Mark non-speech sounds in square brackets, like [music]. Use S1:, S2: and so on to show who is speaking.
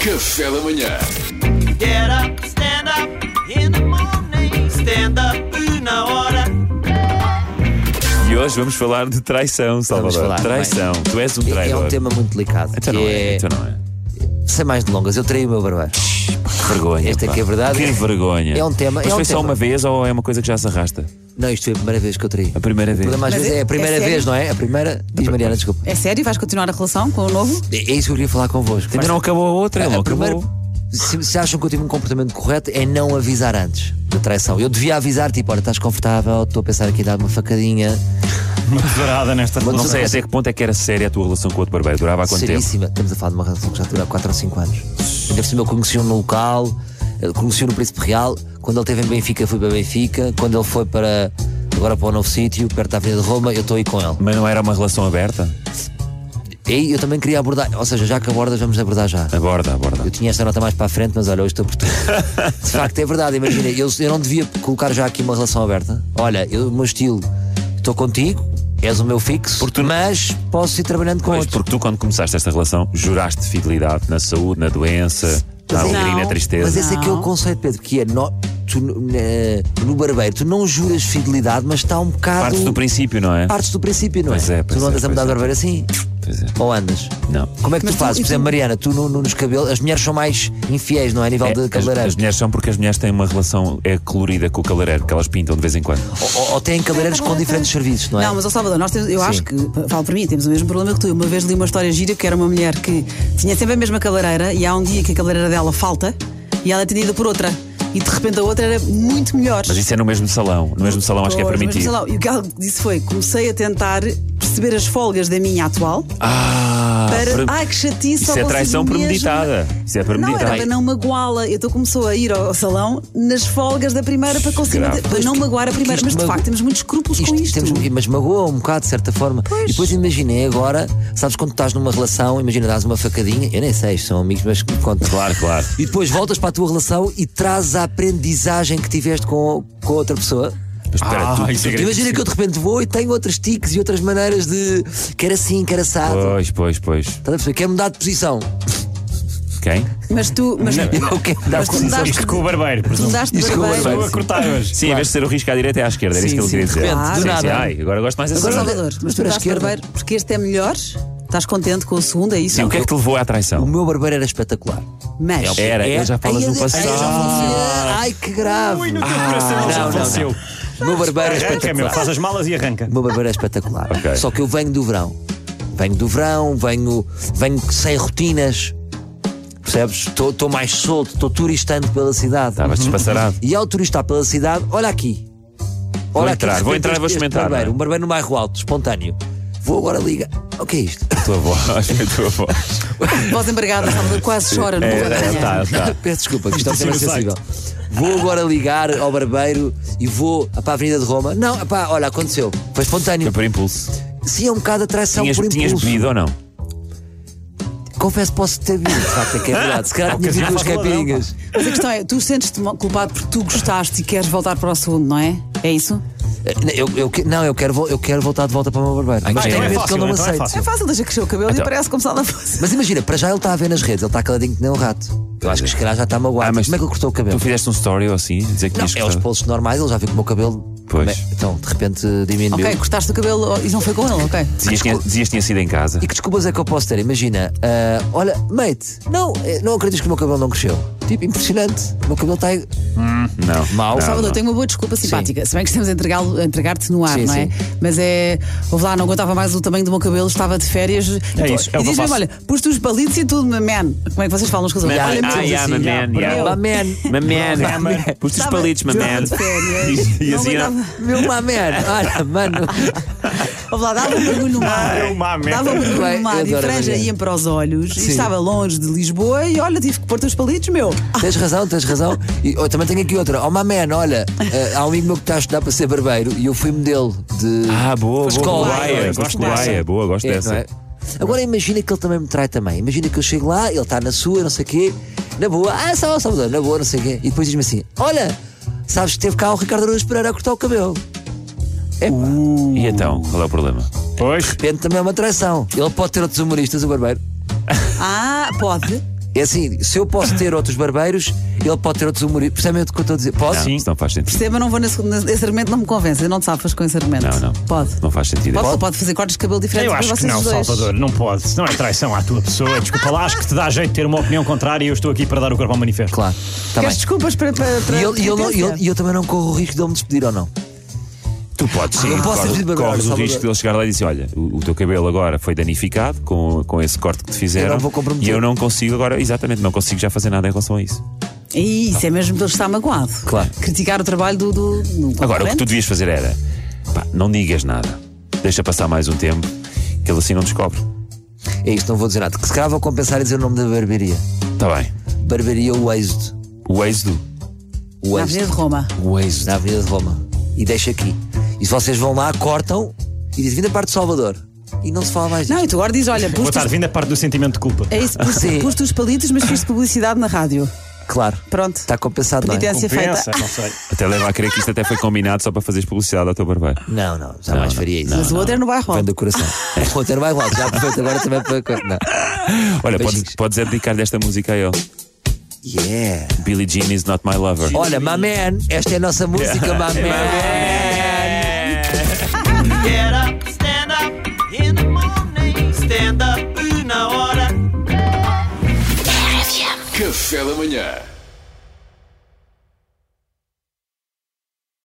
S1: Café da manhã.
S2: Get up, stand up in the morning. Stand up na hora.
S3: E hoje vamos falar de traição, Salvador.
S4: falar,
S3: traição. Tu és um
S4: É, é
S3: traidor.
S4: um tema muito delicado.
S3: Então
S4: que
S3: não é. Então não é.
S4: Sem mais delongas, eu traí o meu barbeiro.
S3: Que vergonha.
S4: Esta é
S3: pá.
S4: que é a verdade.
S3: Que vergonha.
S4: É um tema,
S3: Mas
S4: é um
S3: foi só
S4: tema.
S3: uma vez ou é uma coisa que já se arrasta?
S4: Não, isto foi a primeira vez que eu traí.
S3: A primeira
S4: O
S3: vez.
S4: problema às
S5: Mas
S4: vezes
S5: é-
S4: é a
S5: é
S4: primeira
S5: sério?
S4: vez, não é? A primeira. Diz Mariana, desculpa.
S5: É sério? Vais continuar a relação com o novo?
S4: É é isso que eu queria falar convosco.
S3: Ainda não acabou a outra, ele
S4: É, A
S3: não
S4: primeira-
S3: acabou.
S4: se, se acham que eu tive um comportamento correto, é não avisar antes da traição. Eu devia avisar, tipo, olha, estás confortável, estou a pensar aqui em dar uma facadinha.
S6: Uma tesourada nesta
S3: Não
S6: relação.
S3: sei até que ponto é que era séria a tua relação com o outro barbeiro. Durava há quanto tempo?
S4: Seríssima. Estamos a falar de uma relação que já dura 4 ou 5 anos. Ainda por cima, eu conheci-o no local, eh, conheci-o no Príncipe Real. Quando ele esteve em Benfica, fui para Benfica. Quando ele foi para. Agora para o novo sítio, perto da Avenida de Roma, eu estou aí com ele.
S3: Mas não era uma relação aberta?
S4: E aí eu também queria abordar, ou seja, já que abordas, vamos abordar já.
S3: Aborda, aborda.
S4: Eu tinha esta nota mais para a frente, mas olha, hoje estou por tudo. De facto, é verdade, imagina, eu, eu não devia colocar já aqui uma relação aberta. Olha, eu, o meu estilo, estou contigo, és o meu fixo, mas posso ir trabalhando com
S3: Pois,
S4: outro.
S3: porque tu, quando começaste esta relação, juraste fidelidade na saúde, na doença, na
S4: Mas é-
S3: alegria e na
S5: Não,
S3: tristeza.
S4: Mas esse é que é o conceito, Pedro, que é no, tu, eh, no barbeiro, tu não juras fidelidade, mas está um bocado.
S3: Partes do princípio, não é?
S4: Partes do princípio, não
S3: Pois é,
S4: tu
S3: pois
S4: não
S3: é,
S4: andas a
S3: pois
S4: mudar
S3: é.
S4: de barbeiro assim?
S3: Pois é.
S4: Ou andas?
S3: Não.
S4: Como é que tu
S5: Mas tu-
S4: fazes?
S5: e
S4: Por
S5: tu-
S4: exemplo, Mariana, tu no- no- nos cabelos, as mulheres são mais infiéis, não é? A nível de
S3: É, as,
S4: cabeleireiro.
S3: as mulheres são porque as mulheres têm uma relação é, colorida com o cabeleireiro, que elas pintam de vez em quando.
S4: Ou- Ou, ou têm cabeleireiros com diferentes serviços, não é?
S5: Não, mas ao Salvador, nós temos, eu
S4: Sim.
S5: acho que, falo para mim, temos o mesmo problema que tu. Eu Uma vez li uma história gira que era uma mulher que tinha sempre a mesma cabeleireira e há um dia que a cabeleireira dela falta e ela é atendida por outra. E de repente a outra era muito melhor.
S3: Mas isso é no mesmo salão. No mesmo salão acho que é
S5: Pois, mas
S3: permitido.
S5: sei lá, E o um que ela disse foi: comecei a tentar perceber as folgas da minha atual
S3: Ah,
S5: para.
S3: pre-
S5: Ai, que chatice!
S3: Isso
S5: só
S3: é traição
S5: consigo mesmo-
S3: premeditada. Isso é
S5: Não, era
S3: premeditada.
S5: para não magoá-la. Então começou a ir ao ao salão nas folgas da primeira para conseguir
S3: Grave.
S5: manter- para não magoar a primeira.
S4: isto
S5: Mas de
S4: mago-
S5: facto temos muitos escrúpulos com isto.
S4: Temos, mas magoa um bocado, de certa forma. E depois imaginei agora, sabes quando estás numa relação, imagina, dás uma facadinha, eu nem sei, são amigos, mas que me contam.
S3: Claro, claro.
S4: E depois voltas para a tua relação e trazes a aprendizagem que tiveste com, com a outra pessoa.
S3: Mas espera,
S4: Ah, é
S3: tu, tu-
S4: Imagina que eu de repente vou e tenho outros tiques e outras maneiras de quer assim, quer assado.
S3: Pois, pois, pois.
S4: Estás a perceber? Quer mudar de posição.
S3: Quem?
S5: Mas tu. Mas,
S4: Eu quero mudar
S5: mas
S4: de
S5: tu
S4: posição.
S5: mudaste.
S6: Isto com o barbeiro, por
S5: Tu
S6: exemplo.
S5: mudaste de
S4: Isto com o
S5: barbeiro.
S4: barbeiro.
S6: Estou a cortar hoje.
S3: Sim, em vez de ser o risco à direita é à esquerda. Era isso que ele queria
S4: sim, de
S3: dizer.
S4: repente,
S5: do
S3: Sim,
S4: nada.
S3: sim. Ai, agora gosto mais dessa
S5: Agora,
S3: coisa.
S5: Salvador, mas
S4: mas
S5: tu
S4: para a
S5: mudaste de
S4: esquerda.
S5: barbeiro porque este é melhor. Estás contente com o segundo, é isso?
S3: Sim, o que é que te levou à
S4: O é
S3: traição?
S4: meu barbeiro era espetacular.
S5: Mas.
S3: Era, eu já falas
S4: Ai,
S3: no
S4: eu- ai, eu já
S3: passado. Ah.
S4: falei- Ai, que grave.
S6: Ui, no teu coração
S4: não,
S6: já
S4: não,
S6: faleceu.
S4: O meu barbeiro é
S6: Arranca, meu.
S4: espetacular.
S6: Faz as malas e arranca.
S4: O meu barbeiro é espetacular.
S3: [laughs] Ok.
S4: Só que eu venho do verão. Venho do verão, venho, venho sem rotinas. Percebes? Estou mais solto, estou turistando pela cidade.
S3: Estavas Tá, despassarado.
S4: E ao turistar pela cidade, olha aqui.
S3: Vou entrar,
S4: de
S3: vou
S4: repente,
S3: entrar e
S4: este-
S3: vou
S4: este
S3: experimentar,
S4: Barbeiro,
S3: não é?
S4: um barbeiro no bairro alto, espontâneo. Vou agora liga. O que é isto?
S3: A tua voz, [laughs] a tua voz.
S5: Voz embargada, Salvador, quase chora no
S3: É,
S5: é,
S3: tá, tá.
S4: [laughs] Peço desculpa, que isto é um
S6: Sim,
S4: tema
S6: no site.
S4: sensível. Vou agora ligar ao barbeiro e vou para a Avenida de Roma. Não, pá, olha, aconteceu. Foi
S3: Foi
S4: espontâneo.
S3: por impulso.
S4: Sim, é um bocado a traição
S3: Tinhas,
S4: por impulso.
S3: tinhas bebido ou não?
S4: Confesso, posso ter vindo, de facto, é que é verdade.
S3: [laughs]
S4: Se calhar tinha vindo
S6: Ocasião
S4: duas
S6: faz ladrão,
S4: caipirinhas.
S5: Mas a questão é: tu sentes-te mo- culpado porque tu gostaste e queres voltar para o segundo, não é? É isso?
S4: Eh, Eu, eu, que- não, eu quero, vol- eu quero voltar de volta para o meu barbeiro.
S3: mas
S4: Mas
S3: então
S4: tem
S3: é
S4: medo que
S6: fácil,
S4: ele não me
S6: então é
S4: aceite.
S6: fácil.
S5: É fácil, deixa crescer o cabelo e parece como se nada fosse.
S4: Mas imagina, para já ele está a ver nas redes, ele está caladinho que nem um rato. Eu acho que se calhar já está magoado.
S3: Ah, mas
S4: Como é que ele cortou o cabelo?
S3: Tu fizeste um story ou assim? Dizer que
S4: Não,
S3: tinhas
S4: é os
S3: gostado?
S4: pulsos normais, ele já viu que o meu cabelo.
S3: Pois.
S4: Bem, Então, de repente diminuiu.
S5: Ok, cortaste o cabelo oh, e não foi com ele, ok.
S3: Dizias que tinha- dizias que tinha sido em
S4: [laughs]
S3: casa. [laughs]
S4: E que desculpas é que eu posso ter? Imagina, ah, olha, mate, não, eh, não acreditas que o meu cabelo não cresceu. Tipo, impressionante. O meu cabelo está. aí-
S3: Hum, Não.
S4: Mau.
S3: Não,
S5: Salvador,
S3: não.
S5: tenho uma boa desculpa simpática. Se bem que estamos a entregá-lo- a entregar-te no ar,
S4: Sim,
S5: não é?
S4: sim.
S5: Mas é. Houve lá, não aguentava mais o tamanho do meu cabelo, estava de férias.
S6: É isso, é o
S5: e
S6: que eu
S5: diz mesmo:
S6: faço.
S5: olha, pus-te os palitos e tudo, my man. Como é que vocês falam uns com os outros?
S4: Man.
S5: Olha,
S4: Ah,
S5: meu
S4: yeah,
S5: Deus,
S4: my
S3: man,
S5: pronto.
S3: yeah.
S5: Eu
S4: My man,
S3: My man,
S6: My man.
S3: pus os
S5: estava
S3: palitos, my man.
S5: de [laughs] férias,
S3: E- e
S5: não
S3: assim era-
S5: aguentava.
S4: meu my man. Olha, mano.
S5: Houve lá,
S3: [laughs]
S5: dava um mergulho no mar.
S6: é uma merda.
S5: Dava um mergulho
S4: Bem,
S5: no mar
S4: eu
S5: e a
S4: adoro
S5: franja
S4: Mariana.
S5: ia para os olhos. E
S4: Sim.
S5: estava longe de Lisboa e olha, tive que pôr-te os palitos, meu.
S4: Tens razão, tens razão. E eu também tenho aqui outra. Oh, my man, olha, eh, há um amigo meu que está a estudar para ser barbeiro e eu fui modelo de.
S3: Ah, boa,
S4: Foste
S3: boa,
S4: com
S3: boa.
S4: a
S3: Laia,
S4: Laia,
S3: Gosto
S6: gosto
S3: de
S6: dessa.
S3: Laia, boa, gosto
S4: É, não
S3: dessa.
S4: é? Agora imagina que ele também me trai também. Imagina que eu chego lá, ele está na sua, não sei o quê, na boa, ah, salve, Salvador, na boa, não sei o quê. E depois diz-me assim: olha, sabes que teve cá o Ricardo Araújo Pereira a cortar o cabelo. Uh.
S3: E então, qual é o problema?
S6: Pois.
S4: Depende também é uma traição. Ele pode ter outros humoristas, o barbeiro.
S5: [laughs] Ah, pode.
S4: É assim, se eu posso ter outros barbeiros, ele pode ter outros humoristas. Percebem o que eu estou a dizer? Posso?
S3: Não,
S6: Sim.
S3: Ah, isso não faz sentido.
S5: Perceba, não vou nesse, nesse- esse argumento, não me convence. Eu não te safas com esse
S4: é-
S5: argumento.
S3: Não, não.
S5: Pode.
S3: Não faz sentido.
S5: Pode, pode fazer cortes de cabelo diferentes
S6: Eu
S5: para
S6: acho
S5: vocês
S6: que não,
S5: os dois.
S6: Salvador, não pode. Não é traição à tua
S5: [laughs]
S6: pessoa. Desculpa lá, acho que te dá jeito de ter uma opinião contrária e eu estou aqui para dar o corpo ao manifesto.
S4: Claro. Tá
S5: Queres
S4: bem.
S5: desculpas para. para, para
S4: E eu, e eu não- e eu-
S5: penitência?
S4: e eu também não corro o risco de ele me despedir ou não.
S3: Tu podes sim.
S4: não posso
S3: Corre-
S4: ser de barbeiro,
S3: corres o
S4: Salvador.
S3: risco de ele chegar lá e dizer: Olha, o, o teu cabelo agora foi danificado com, com esse corte que te fizeram.
S4: Eu não vou comprometer.
S3: E eu não consigo agora, exatamente, não consigo já fazer nada em relação a isso.
S5: E isso é mesmo que ele está magoado.
S4: Claro.
S5: Criticar o trabalho do. do, do
S3: Agora, o que tu
S5: concorrente.
S3: devias fazer era: pá, não digas nada, deixa passar mais um tempo, que ele assim não descobre.
S4: É isto, não vou dizer nada. Que se calhar vou compensar e dizer o nome da barbearia.
S3: Está Tá bem.
S4: Barbearia o êxodo.
S3: O êxodo.
S4: O
S5: Na
S3: é
S5: Avenida de Roma.
S4: O êxodo. Na Avenida de Roma. E deixa aqui. E se vocês vão lá, cortam e dizem, vim da parte de Salvador. E não se fala mais disso.
S5: Não, e tu agora dizes: olha,
S6: Boa
S5: pus-te
S6: tarde, vindo a parte do sentimento de culpa.
S5: É isso,
S4: Sim.
S5: pus- pus-te os palitos, mas fiz publicidade na rádio.
S4: Claro.
S5: Pronto.
S4: Está compensado, não é?
S5: Penitência
S6: Compensa,
S5: feita.
S6: não sei.
S3: Até leva a crer que isto até foi combinado só para fazeres publicidade ao teu barbeiro.
S4: Não, não. Jamais
S3: não,
S4: faria isso.
S5: Mas o outro é no bairro.
S4: Vem
S5: alto.
S4: do
S5: [laughs]
S4: coração. O outro era mais alto. Já aproveito agora também para... co- Não.
S3: Olha, podes,
S4: Beijinhos.
S3: podes é dedicar-lhe esta música a ele:
S4: Yeah.
S3: Billie Jean is not my lover.
S4: Olha, my man. Esta é a nossa música, my man.
S2: Get up, stand up in the morning. Stand up, una hora.
S1: Café da manhã.